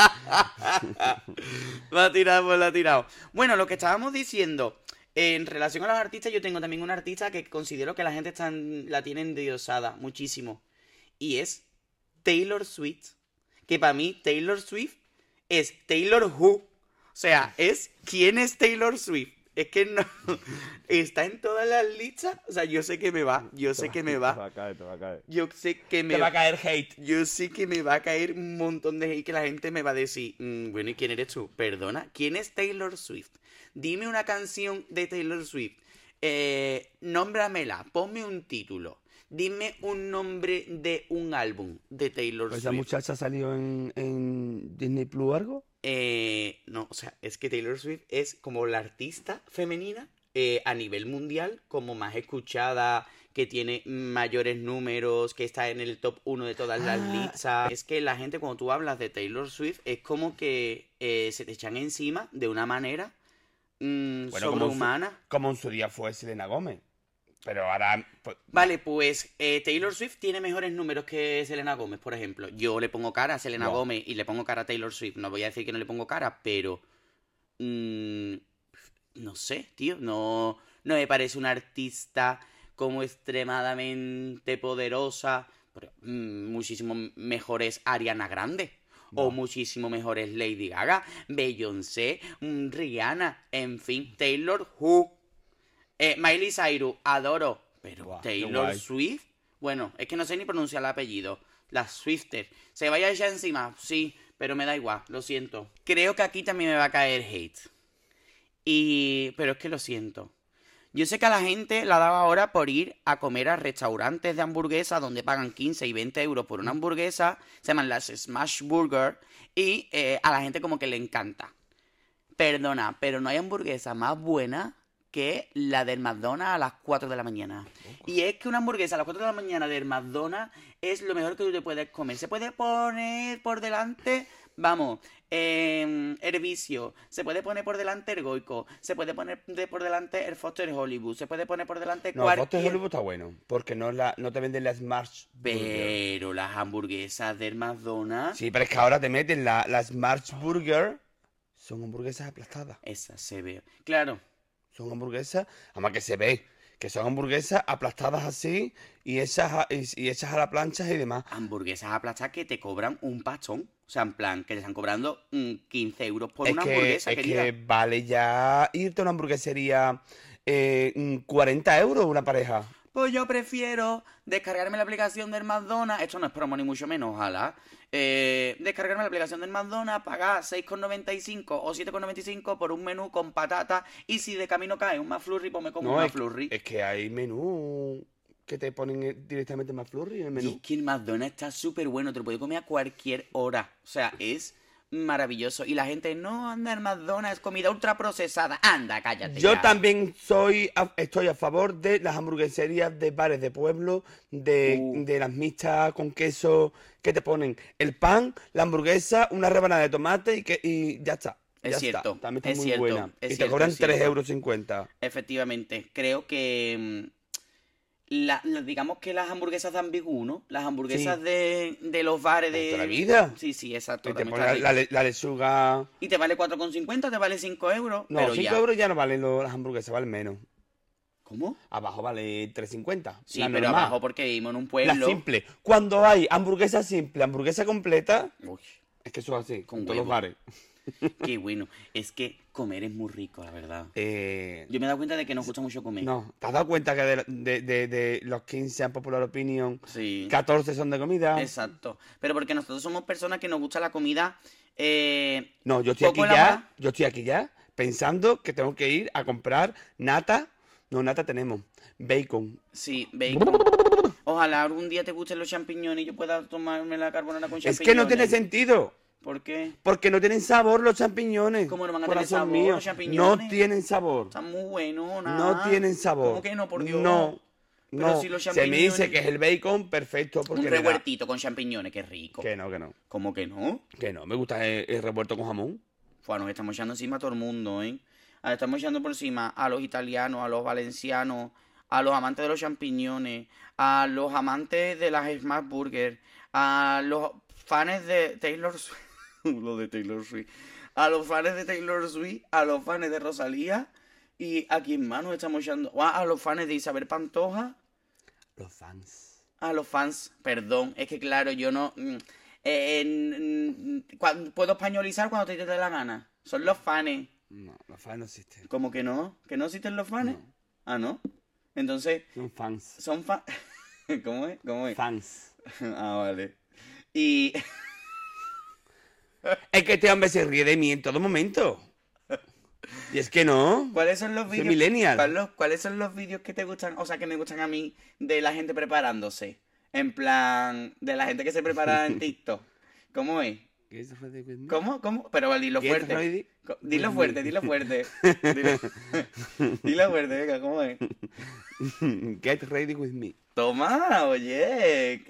S2: La ha tirado, pues la ha tirado. Bueno, lo que estábamos diciendo. En relación a los artistas, yo tengo también un artista que considero que la gente está en- la tiene endiosada muchísimo. Y es Taylor Swift. Que para mí, Taylor Swift es Taylor Who. O sea, es quién es Taylor Swift. Es que no. Está en todas las listas. O sea, yo sé que me va. Yo sé que me
S3: Te
S2: va.
S3: a caer, te va a caer.
S2: Yo sé que me
S3: Te va a caer hate.
S2: yo sé que me va a caer un montón de hate que la gente me va a decir, "Mm, bueno, ¿y quién eres tú? Perdona, ¿quién es Taylor Swift? Dime una canción de Taylor Swift. Eh, nómbramela, ponme un título. Dime un nombre de un álbum de Taylor
S3: Pues ¿Esa
S2: Swift.
S3: muchacha salió en, en Disney Plus o algo?
S2: Eh, no, o sea, es que Taylor Swift es como la artista femenina eh, a nivel mundial como más escuchada, que tiene mayores números, que está en el top 1 de todas las listas. Es que la gente cuando tú hablas de Taylor Swift es como que eh, se te echan encima de una manera mm,
S3: Bueno, como en su-
S2: sobrehumana.
S3: Como en su día fue Selena Gómez. Pero ahora. pues,
S2: Vale, pues eh, Taylor Swift tiene mejores números que Selena Gómez, por ejemplo. Yo le pongo cara a Selena
S3: No.
S2: Gómez y le pongo cara a Taylor Swift. No voy a decir que no le pongo cara, pero... mm, no sé, tío. No, no me parece una artista como extremadamente poderosa. Pero, mm, muchísimo mejor es Ariana Grande. O muchísimo mejor es Lady Gaga, Beyoncé, mm, Rihanna, en fin, Taylor Who. Eh, Miley Cyrus, adoro. Pero
S3: Buah, qué
S2: Taylor
S3: guay.
S2: Swift, bueno, es que no sé ni pronunciar el apellido. Las Swifter. Se vaya ella encima, sí, pero me da igual, lo siento. Creo que aquí también me va a caer hate. Y. Pero es que lo siento. Yo sé que a la gente la daba ahora por ir a comer a restaurantes de hamburguesa donde pagan 15 y 20 euros por una hamburguesa. Se llaman las Smash Burger. Y eh, a la gente como que le encanta. Perdona, pero no hay hamburguesa más buena que la del McDonald's a las 4 de la mañana. Y es que una hamburguesa a las 4 de la mañana del McDonald's es lo mejor que tú te puedes comer. Se puede poner por delante, vamos, eh, Hervicio, se puede poner por delante Ergoico, se puede poner de- por delante el Foster Hollywood, se puede poner por delante
S3: No,
S2: cualquier-
S3: Foster Hollywood está bueno. Porque no, es la, no te venden la Smash Burger.
S2: Pero las hamburguesas del McDonald's,
S3: Sí, pero es que ahora te meten la, la Smash Burger. Son hamburguesas aplastadas.
S2: esas se ve. Claro,
S3: Son hamburguesas. Además que se ve. Que son hamburguesas aplastadas así. Y hechas a, y, y hechas a la plancha y demás.
S2: hamburguesas aplastadas que te cobran un pastón. O sea, en plan, que te están cobrando mm, 15 euros por
S3: Es
S2: una
S3: que,
S2: hamburguesa,
S3: es
S2: querida.
S3: que vale ya irte a una hamburguesería. eh, mm, 40 euros una pareja.
S2: Pues yo prefiero descargarme la aplicación del McDonald's. Esto no es promo ni mucho menos, ojalá. Eh, descargarme la aplicación del McDonald's, pagar 6,95 o 7,95 por un menú con patata. Y si de camino cae un McFlurry, pues me como un
S3: es,
S2: McFlurry.
S3: es que hay menú que te ponen eh, directamente más flurry
S2: Y
S3: en el
S2: es
S3: menú.
S2: que el McDonald's está súper bueno, te lo puedes comer a cualquier hora. O sea, es maravilloso. Y la gente, no, anda, el McDonald's, comida ultraprocesada. Anda, cállate.
S3: Yo
S2: ya.
S3: también soy a- estoy a favor de las hamburgueserías de bares de pueblo, de,
S2: Uh.
S3: de las mixtas con queso que te ponen el pan, la hamburguesa, una rebanada de tomate y que y ya está.
S2: Es
S3: ya
S2: cierto,
S3: está. También está
S2: es
S3: muy
S2: cierto,
S3: buena.
S2: es
S3: y te
S2: cierto,
S3: cobran
S2: es cierto.
S3: 3,50 euros.
S2: Efectivamente, creo que mm, la, la- digamos que las hamburguesas de Ambigu, ¿no? Las hamburguesas de, de los bares
S3: De
S2: de...
S3: toda la vida.
S2: Sí, sí, exacto.
S3: Y te
S2: también
S3: ponen
S2: está
S3: la,
S2: rico.
S3: la le- la lechuga.
S2: Y te vale 4,50, te vale 5 euros,
S3: No,
S2: pero
S3: 5
S2: ya.
S3: euros ya no valen lo- las hamburguesas, valen menos.
S2: ¿Cómo?
S3: Abajo vale 3,50.
S2: Sí,
S3: la
S2: pero
S3: normal.
S2: abajo porque vivimos en un
S3: La
S2: pueblo...
S3: simple. Cuando hay hamburguesa simple, hamburguesa completa,
S2: Uy,
S3: es que eso es así,
S2: Con
S3: con todos los
S2: huevo.
S3: bares.
S2: qué bueno. Es que comer es muy rico, la verdad.
S3: Eh,
S2: Yo me he dado cuenta de que nos gusta mucho comer.
S3: no, ¿te has dado cuenta que de, de- de- de los 15 en Popular Opinion,
S2: Sí.
S3: 14 son de comida?
S2: Exacto. Pero porque nosotros somos personas que nos gusta la comida... eh,
S3: No, yo estoy aquí
S2: Poco la más.
S3: ya, yo estoy aquí ya, pensando que tengo que ir a comprar nata. No, nata tenemos. Bacon.
S2: Sí, bacon. Ojalá algún día te gusten los champiñones y yo pueda tomarme la carbonara con champiñones.
S3: Es que no tiene sentido.
S2: ¿Por qué?
S3: Porque no tienen sabor los champiñones.
S2: ¿Cómo no van a tener
S3: corazón
S2: sabor
S3: mío.
S2: los champiñones?
S3: No tienen sabor.
S2: Están muy buenos,
S3: No tienen sabor.
S2: ¿Cómo que no, por Dios?
S3: No.
S2: Pero
S3: no.
S2: si los
S3: Se me dice
S2: champiñones-
S3: que es el bacon, perfecto, porque
S2: Un
S3: le da-
S2: revueltito con champiñones, qué rico.
S3: Que no, que no.
S2: ¿Cómo que no?
S3: Que no, me gusta el, el revuelto con jamón.
S2: Pues nos estamos echando encima a todo el mundo, ¿eh? Ah, Estamos echando por encima a los italianos, a los valencianos, a los amantes de los champiñones, a los amantes de las Smash Burger, a los fans de Taylor Swift, lo de Taylor Swift, a los fans de Taylor Swift, a los fans de Rosalía y a quién más nos estamos echando, Ah, a los fans de Isabel Pantoja.
S3: Los fans.
S2: A los fans, perdón, es que claro, yo no. mm, eh, en- mm, cuan- puedo españolizar cuando te te dé la gana. Son los fans.
S3: No, los fans no existen.
S2: como que no? ¿Que no existen los fans?
S3: No.
S2: Ah, ¿no? Entonces,
S3: Son fans.
S2: son fans. ¿Cómo es? ¿Cómo es?
S3: Fans.
S2: Ah, vale. Y.
S3: Es que este hombre se ríe de mí en todo momento. Y es que no.
S2: ¿Cuáles son los
S3: Soy
S2: vídeos?
S3: millennial.
S2: ¿Cuál los- ¿Cuáles son los vídeos que te gustan? O sea, que me gustan a mí de la gente preparándose. En plan, de la gente que se prepara en TikTok. ¿Cómo es?
S3: Get ready with me.
S2: ¿Cómo? ¿Cómo? Pero dilo
S3: Get
S2: fuerte.
S3: ready.
S2: Co- Dilo
S3: with
S2: fuerte,
S3: me.
S2: dilo fuerte. Dilo, dilo fuerte, venga, ¿cómo es?
S3: Get ready with me.
S2: Toma, oye.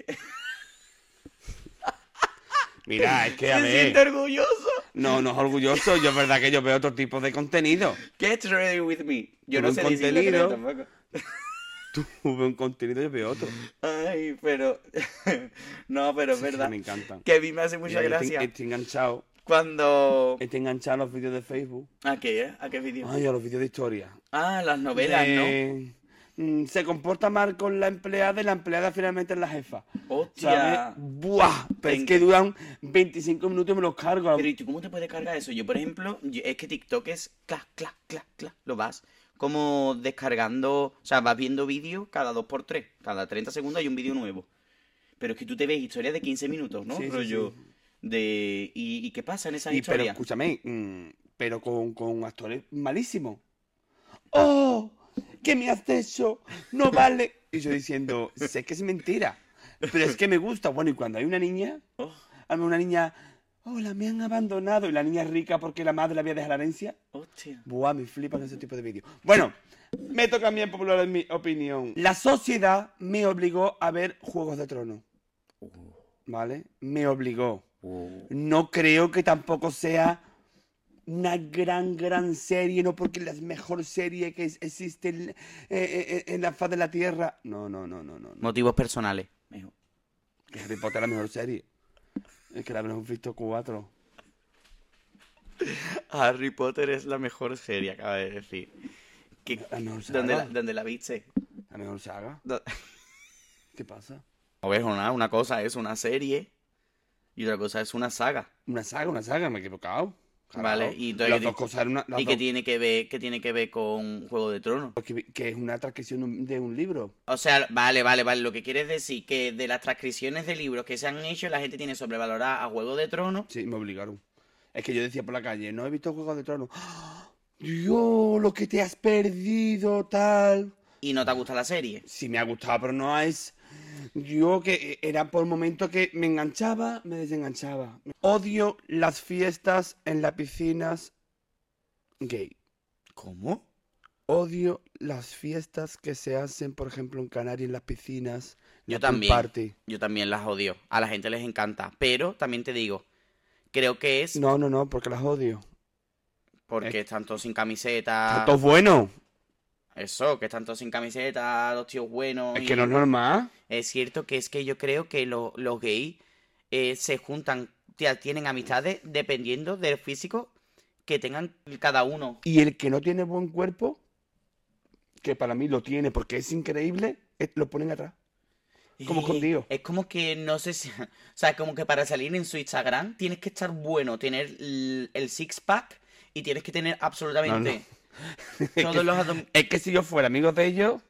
S3: Mira, es que a
S2: Me siento
S3: ver.
S2: orgulloso.
S3: No, no es orgulloso. Yo es verdad que yo veo otro tipo de contenido.
S2: Get ready with me. Yo no
S3: Buen
S2: sé decirlo, creo,
S3: contenido.
S2: tampoco.
S3: Tú veo un contenido y yo veo otro.
S2: Ay, pero. no, pero es
S3: Sí, sí,
S2: verdad.
S3: Me encantan.
S2: Que a mí me hace mucha
S3: Mira, yo estoy-
S2: gracia.
S3: Estoy enganchado.
S2: Cuando.
S3: Estoy enganchado a los vídeos de Facebook.
S2: ¿A qué, eh? ¿A qué vídeo?
S3: Ay, eh, a los vídeos de historia.
S2: Ah, las novelas, ¿no?
S3: De- Mm, Se comporta mal con la empleada y la empleada finalmente es la jefa.
S2: Hostia.
S3: ¿Sabes? Buah, pero
S2: Ven-
S3: es que duran 25 minutos y me los cargo.
S2: Pero ¿y tú cómo te puedes cargar eso? Yo, por ejemplo, yo- es que TikTok es clac, clac, clac, clac. Lo vas como descargando, o sea, vas viendo vídeos cada 2x3. Cada 30 segundos hay un vídeo nuevo. Pero es que tú te ves historias de 15 minutos, ¿no?
S3: Sí, sí,
S2: Rollo
S3: sí.
S2: de... ¿Y, y qué pasa en esas
S3: Y, pero
S2: historias?
S3: escúchame, mm, pero con, con actores malísimos.
S2: Ah.
S3: ¡Oh! ¿Qué me has hecho? ¡No vale! Y yo diciendo, sé que es mentira, pero es que me gusta. Bueno, y cuando hay una niña,
S2: Oh.
S3: a mí una niña, hola, me han abandonado. Y la niña es rica porque la madre le había dejado la herencia.
S2: Hostia.
S3: Buah, me flipan ese tipo de vídeos. Bueno, me toca a mí popular mi opinión. La sociedad me obligó a ver Juegos de Tronos. ¿Vale? Me obligó. No creo que tampoco sea una gran, gran serie, no porque es la mejor serie que es- existe en, eh, eh, en la faz de la Tierra. No, no, no, no, no. no.
S2: Motivos personales. Mejor.
S3: Que Harry Potter es la mejor serie. Es que la hemos visto cuatro.
S2: Harry Potter es la mejor serie, acaba de decir. ¿Qué-
S3: La mejor saga.
S2: ¿Dónde, la, ¿Dónde la viste?
S3: La mejor saga.
S2: Do-
S3: ¿Qué pasa?
S2: A ver, una, una cosa es una serie y otra cosa es una saga.
S3: Una saga, una saga, me he equivocado.
S2: Vale,
S3: Carajo.
S2: y entonces
S3: las
S2: yo
S3: dos
S2: digo-
S3: cosas eran una- las
S2: ¿Y qué
S3: dos-
S2: tiene que ver, qué tiene que ver con Juego de Tronos?
S3: que, que es una transcripción de un- de un libro.
S2: O sea, vale, vale, vale. Lo que quieres decir que de las transcripciones de libros que se han hecho, la gente tiene sobrevalorada a Juego de Tronos.
S3: Sí, me obligaron. Es que yo decía por la calle, no he visto Juegos de Tronos. ¡Ah! Dios, lo que te has perdido, tal.
S2: y no te gusta la serie.
S3: Sí me ha gustado, pero no es... Yo que e, era por momentos que me enganchaba, me desenganchaba. Odio las fiestas en las piscinas gay.
S2: ¿Cómo?
S3: Odio las fiestas que se hacen, por ejemplo, en Canarias, en las piscinas.
S2: Yo
S3: la pool
S2: también.
S3: party.
S2: Yo también las odio. A la gente les encanta. Pero también te digo, creo que es
S3: No, no, no, porque las odio.
S2: porque están todos sin camiseta.
S3: Tanto es bueno.
S2: Eso, que están todos sin camiseta, los tíos buenos.
S3: Es
S2: y-
S3: que no es normal.
S2: Es cierto que es que yo creo que lo- los gays eh, se juntan, tía, tienen amistades dependiendo del físico que tengan cada uno.
S3: Y el que no tiene buen cuerpo, que para mí lo tiene porque es increíble, es- lo ponen atrás. Como
S2: Eh,
S3: escondido.
S2: Es como que no sé si. O sea, como que para salir en su Instagram tienes que estar bueno, tener l- el six pack y tienes que tener absolutamente todos los adom-
S3: Es que si yo fuera amigo de ellos,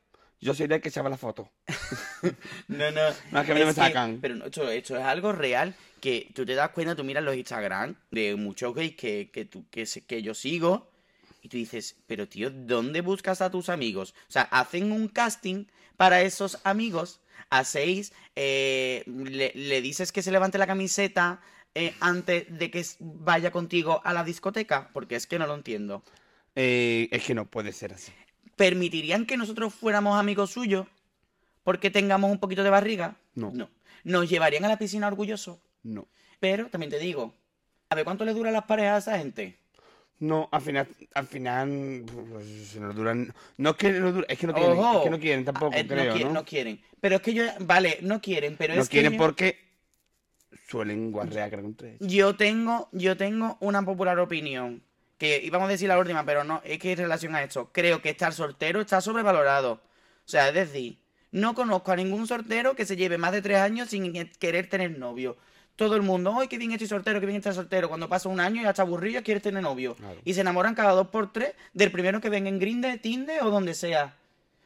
S3: yo sería el que echaba la foto.
S2: No, no.
S3: No, es que a mí no me sacan.
S2: Pero no, esto, esto es algo real que tú te das cuenta, tú miras los Instagram de muchos gays que, que, tú, que, se- que yo sigo y tú dices, pero tío, ¿dónde buscas a tus amigos? O sea, hacen un casting para esos amigos, hacéis, eh, le, le dices que se levante la camiseta eh, antes de que s- vaya contigo a la discoteca, porque es que no lo entiendo.
S3: Eh, es que no puede ser así.
S2: ¿Permitirían que nosotros fuéramos amigos suyos porque tengamos un poquito de barriga?
S3: No.
S2: Nos llevarían a la piscina orgullosos.
S3: No.
S2: Pero también te digo, a ver cuánto le dura las parejas a esa gente.
S3: No, al final, al final, pues, se nos duran. No es que no dure- es que no quieren,
S2: Ojo.
S3: es que no quieren tampoco,
S2: Eh,
S3: creo,
S2: qui-
S3: ¿no?
S2: no quieren. Pero es que yo, vale, no quieren, pero
S3: No
S2: es que
S3: quieren
S2: yo-
S3: porque suelen guarrear, creo, entre ellos.
S2: yo tengo, yo tengo una popular opinión. Que íbamos a decir la última, pero no, es que en relación a esto, creo que estar soltero está sobrevalorado. O sea, es decir, no conozco a ningún soltero que se lleve más de tres años sin e-, querer tener novio. Todo el mundo, ¡ay, qué bien estoy soltero, qué bien estar soltero! Cuando pasa un año y hasta aburrido quieres tener novio.
S3: Claro.
S2: Y se enamoran cada dos por tres del primero que venga en Grindr, Tinder o donde sea.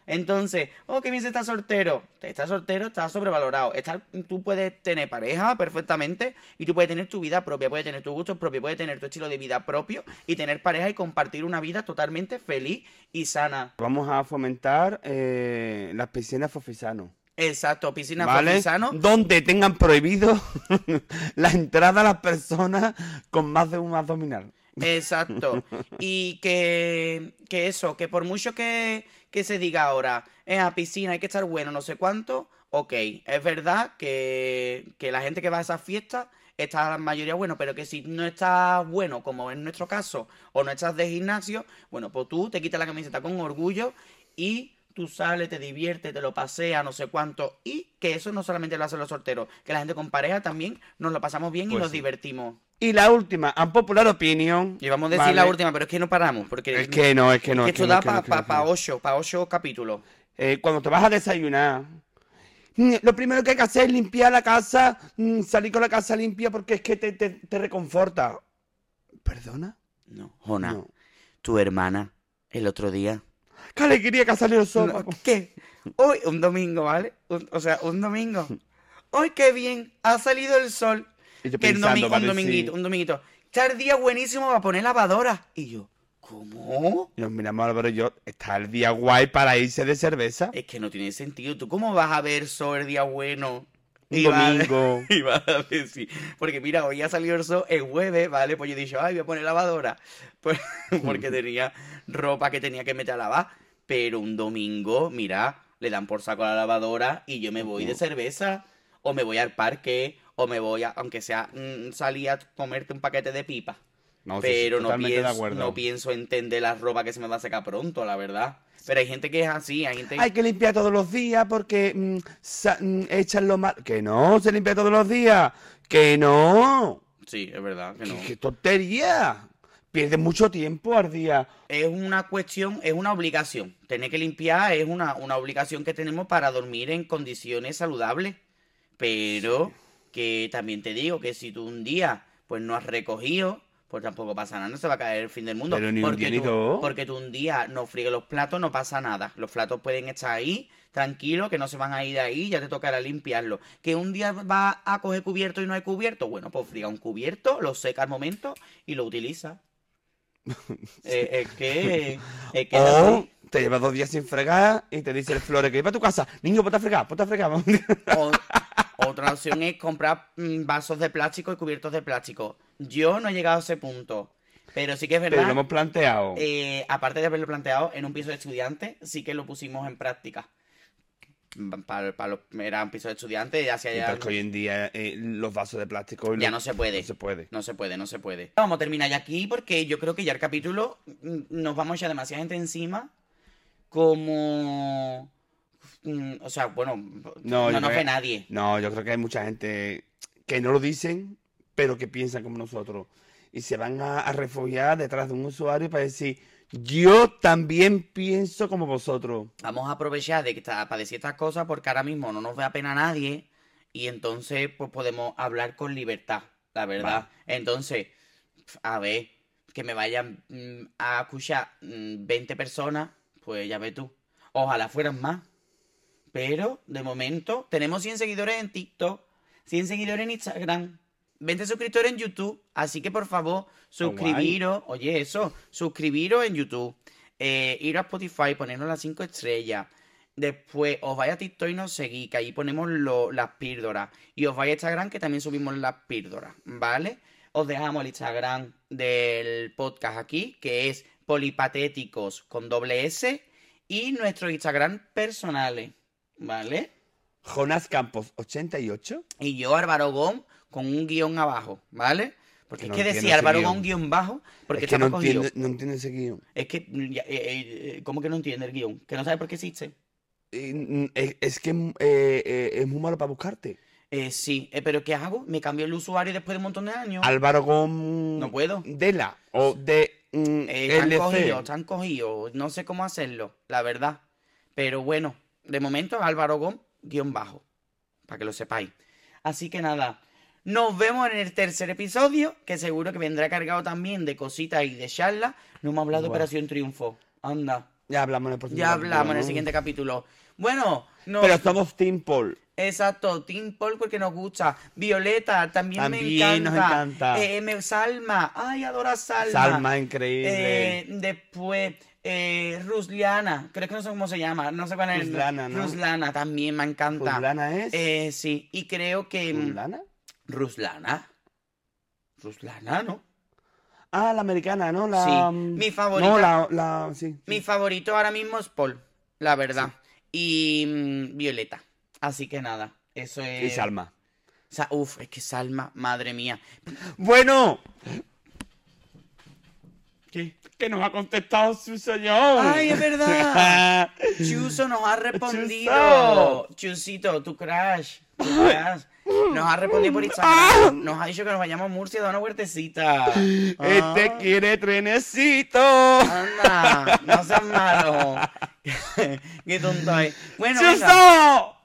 S2: Entonces, oh, qué bien se está soltero. Estar soltero está sobrevalorado. Estar, tú puedes tener pareja perfectamente y tú puedes tener tu vida propia, puedes tener tus gustos propios, puedes tener tu estilo de vida propio y tener pareja y compartir una vida totalmente feliz y sana.
S3: Vamos a fomentar eh, las piscinas fofisano.
S2: Exacto, piscina
S3: ¿Vale?
S2: Pisano.
S3: Donde tengan prohibido la entrada a las personas con más de un abdominal.
S2: Exacto. Y que, que eso, que por mucho que, que se diga ahora, es a piscina, hay que estar bueno, no sé cuánto, ok, es verdad que, que la gente que va a esas fiestas está la mayoría bueno, pero que si no estás bueno, como en nuestro caso, o no estás de gimnasio, bueno, pues tú te quitas la camiseta con orgullo y tú sales, te diviertes, te lo paseas, no sé cuánto, y que eso no solamente lo hacen los solteros, que la gente con pareja también nos lo pasamos bien y
S3: Pues
S2: nos
S3: sí.
S2: divertimos.
S3: Y la última, un popular opinion.
S2: Y vamos a decir
S3: ¿vale?
S2: la última, pero es que no paramos, porque
S3: Es que no, es que no. es
S2: esto
S3: que no,
S2: da
S3: es que no,
S2: para
S3: es que no, es que no.
S2: ocho, pa ocho capítulos.
S3: Eh, cuando te vas a desayunar, mm, lo primero que hay que hacer es limpiar la casa, mm, salir con la casa limpia porque es que te, te, te reconforta. ¿Perdona?
S2: No, Jona,
S3: No.
S2: tu hermana, el otro día.
S3: ¡Qué alegría que ha salido el sol!
S2: No, ¿Qué? Hoy, un domingo, ¿vale? Un- o sea, un domingo. Hoy, qué bien, ha salido el sol.
S3: Y yo
S2: Que el domi-
S3: pensando,
S2: un
S3: vale,
S2: dominguito,
S3: sí.
S2: un dominguito. Está el día buenísimo para poner lavadora. Y yo, ¿cómo?
S3: Y Nos miramos Álvaro y yo, está el día guay para irse de cerveza.
S2: Es que no tiene sentido. ¿Tú cómo vas a ver sol el día bueno?
S3: Un
S2: Y vas-
S3: domingo.
S2: Y vas a decir, porque mira, hoy ha salido el sol el jueves, ¿vale? Pues yo he dicho, ay, voy a poner lavadora. Pues, porque tenía ropa que tenía que meter a lavar. Pero un domingo, mira, le dan por saco a la lavadora y yo me voy de cerveza. O me voy al parque, o me voy a, aunque sea, mm, salir a comerte un paquete de pipa.
S3: No, Oh, sí, sí,
S2: Pero no
S3: totalmente de
S2: pienso,
S3: acuerdo.
S2: no pienso entender la ropa que se me va a secar pronto, la verdad. Pero hay gente que es así, hay gente
S3: Hay que limpiar todos los días porque mm, sa- mm, echan lo mal. Que no, se limpia todos los días. Que no.
S2: Sí, es verdad que no.
S3: Que, que tontería. Pierdes mucho tiempo al día.
S2: Es una cuestión, es una obligación. Tener que limpiar es una, una obligación que tenemos para dormir en condiciones saludables. Pero que también te digo que si tú un día pues no has recogido, pues tampoco pasa nada, no se va a caer el fin del mundo.
S3: Pero ni un
S2: porque
S3: día ni
S2: tú,
S3: dos.
S2: Porque tú un día no friegues los platos, no pasa nada. Los platos pueden estar ahí, tranquilos, que no se van a ir de ahí, ya te tocará limpiarlo. Que un día va a coger cubierto y no hay cubierto, bueno, pues friega un cubierto, lo seca al momento y lo utiliza. Eh, es que, es que es
S3: O
S2: así.
S3: te llevas dos días sin fregar y te dice el flore que va a tu casa. Niño, ponte a fregar, ponte a fregar.
S2: O- otra opción es comprar mm, vasos de plástico y cubiertos de plástico. Yo no he llegado a ese punto, pero sí que es
S3: Pero lo
S2: verdad.
S3: hemos planteado.
S2: eh, aparte de haberlo planteado en un piso de estudiantes, sí que lo pusimos en práctica. Mm, Pa- Para, para los, era un piso de estudiantes, ya se
S3: Y
S2: ya,
S3: tal que hoy en día eh, los vasos de plástico
S2: ya
S3: lo-
S2: no se puede.
S3: no se puede.
S2: No se puede, no se puede. Vamos a terminar ya aquí porque yo creo que ya el capítulo mm, nos vamos a echar demasiada gente encima. Como. mm, O sea, bueno, no,
S3: yo creo
S2: nos
S3: que-
S2: ve nadie.
S3: No, yo creo que hay mucha gente que no lo dicen, pero que piensan como nosotros. Y se van a, a refugiar detrás de un usuario para decir, yo también pienso como vosotros.
S2: Vamos a aprovechar de que está, para decir estas cosas porque ahora mismo no nos ve apenas nadie y entonces pues podemos hablar con libertad, la verdad. Entonces, pf, a ver, que me vayan mm, a escuchar mm, 20 personas, pues ya ve tú. Ojalá fueran más. Pero de momento tenemos 100 seguidores en TikTok, 100 seguidores en Instagram, 20 suscriptores en YouTube. Así que por favor, suscribiros. Oye, eso, suscribiros en YouTube. Eh, ir a Spotify, ponernos las 5 estrellas. Después os vais a TikTok y nos seguís, que ahí ponemos lo- las píldoras. Y os vais a Instagram, que también subimos las píldoras, ¿vale? Os dejamos el Instagram del podcast aquí, que es polipatéticos con doble S. Y nuestro Instagram personales, ¿vale?
S3: Jonas Campos, 88.
S2: Y yo, Álvaro Gón, con un guión abajo, ¿vale? Porque
S3: Que
S2: es
S3: no
S2: que
S3: entiendo
S2: decía
S3: ese
S2: Álvaro
S3: guión.
S2: Gón guión bajo, porque
S3: es que
S2: está
S3: no
S2: más cogido.
S3: entiendo, no entiendo ese guión.
S2: Es que, mm, ya, eh, eh, ¿cómo que no entiende el guión? Que no sabe por qué existe.
S3: Y, mm, Es, es que mm, eh, eh, es muy malo para buscarte.
S2: Eh, sí, eh, pero ¿qué hago? ¿Me cambio el usuario después de un montón de años?
S3: Álvaro Gom...
S2: No puedo.
S3: Dela o de mm,
S2: Eh, están
S3: LC.
S2: cogidos, están cogidos. No sé cómo hacerlo, la verdad. Pero bueno, de momento Álvaro Gón, guión bajo. Para que lo sepáis. Así que nada, nos vemos en el tercer episodio, que seguro que vendrá cargado también de cositas y de charlas. No hemos hablado de
S3: Buah.
S2: Operación Triunfo. Anda,
S3: Ya hablamos en el próximo
S2: ya
S3: capítulo,
S2: hablamos en el
S3: ¿no?
S2: siguiente capítulo. Bueno, no,
S3: Pero somos Team Paul.
S2: Exacto, Tim Paul porque nos gusta. Violeta también, me
S3: También
S2: encanta.
S3: nos encanta.
S2: Eh, me- Salma, ay, adora a Salma.
S3: Salma, increíble.
S2: Eh, después, Eh, Rusliana, creo que no sé cómo se llama, no sé cuál es. el-
S3: Ruslana, ¿no?
S2: Ruslana, también me encanta.
S3: ¿Fulana es?
S2: Eh, sí, y creo que. mm,
S3: ¿Fulana?
S2: Ruslana. Ruslana, ¿no?
S3: Ah, la americana, ¿no? La,
S2: Sí,
S3: mm,
S2: mi favorita.
S3: No, la... la sí, sí.
S2: Mi favorito ahora mismo es Paul, la verdad. Y mm, Violeta. Así que nada, eso es.
S3: Y Salma.
S2: Sa- Uf, es que Salma, madre mía.
S3: Bueno. ¿Qué? Que nos ha contestado su señor.
S2: ¡Ay, es verdad! Chuso nos ha respondido. Chusito, tu crush. Tu crush. Nos ha respondido por Instagram. Nos ha dicho que nos vayamos a Murcia a dar una huertecita. Ah.
S3: este quiere trenecito.
S2: Anda, no seas malo. Qué tonto es. Bueno, venga.
S3: ¡Chuso!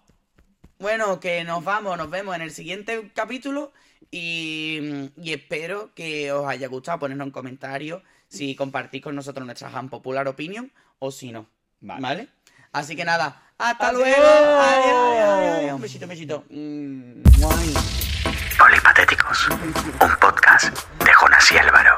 S2: Bueno, que nos vamos, nos vemos en el siguiente capítulo y, y espero que os haya gustado. Ponernos en comentarios si compartís con nosotros nuestra popular opinion o si no.
S3: Vale.
S2: Vale. Así que nada, hasta
S3: Adiós.
S2: luego. Adiós, adiós, adiós. Un besito, un besito. Mm, muah.
S1: Polipatéticos, un podcast de Jonas y Álvaro.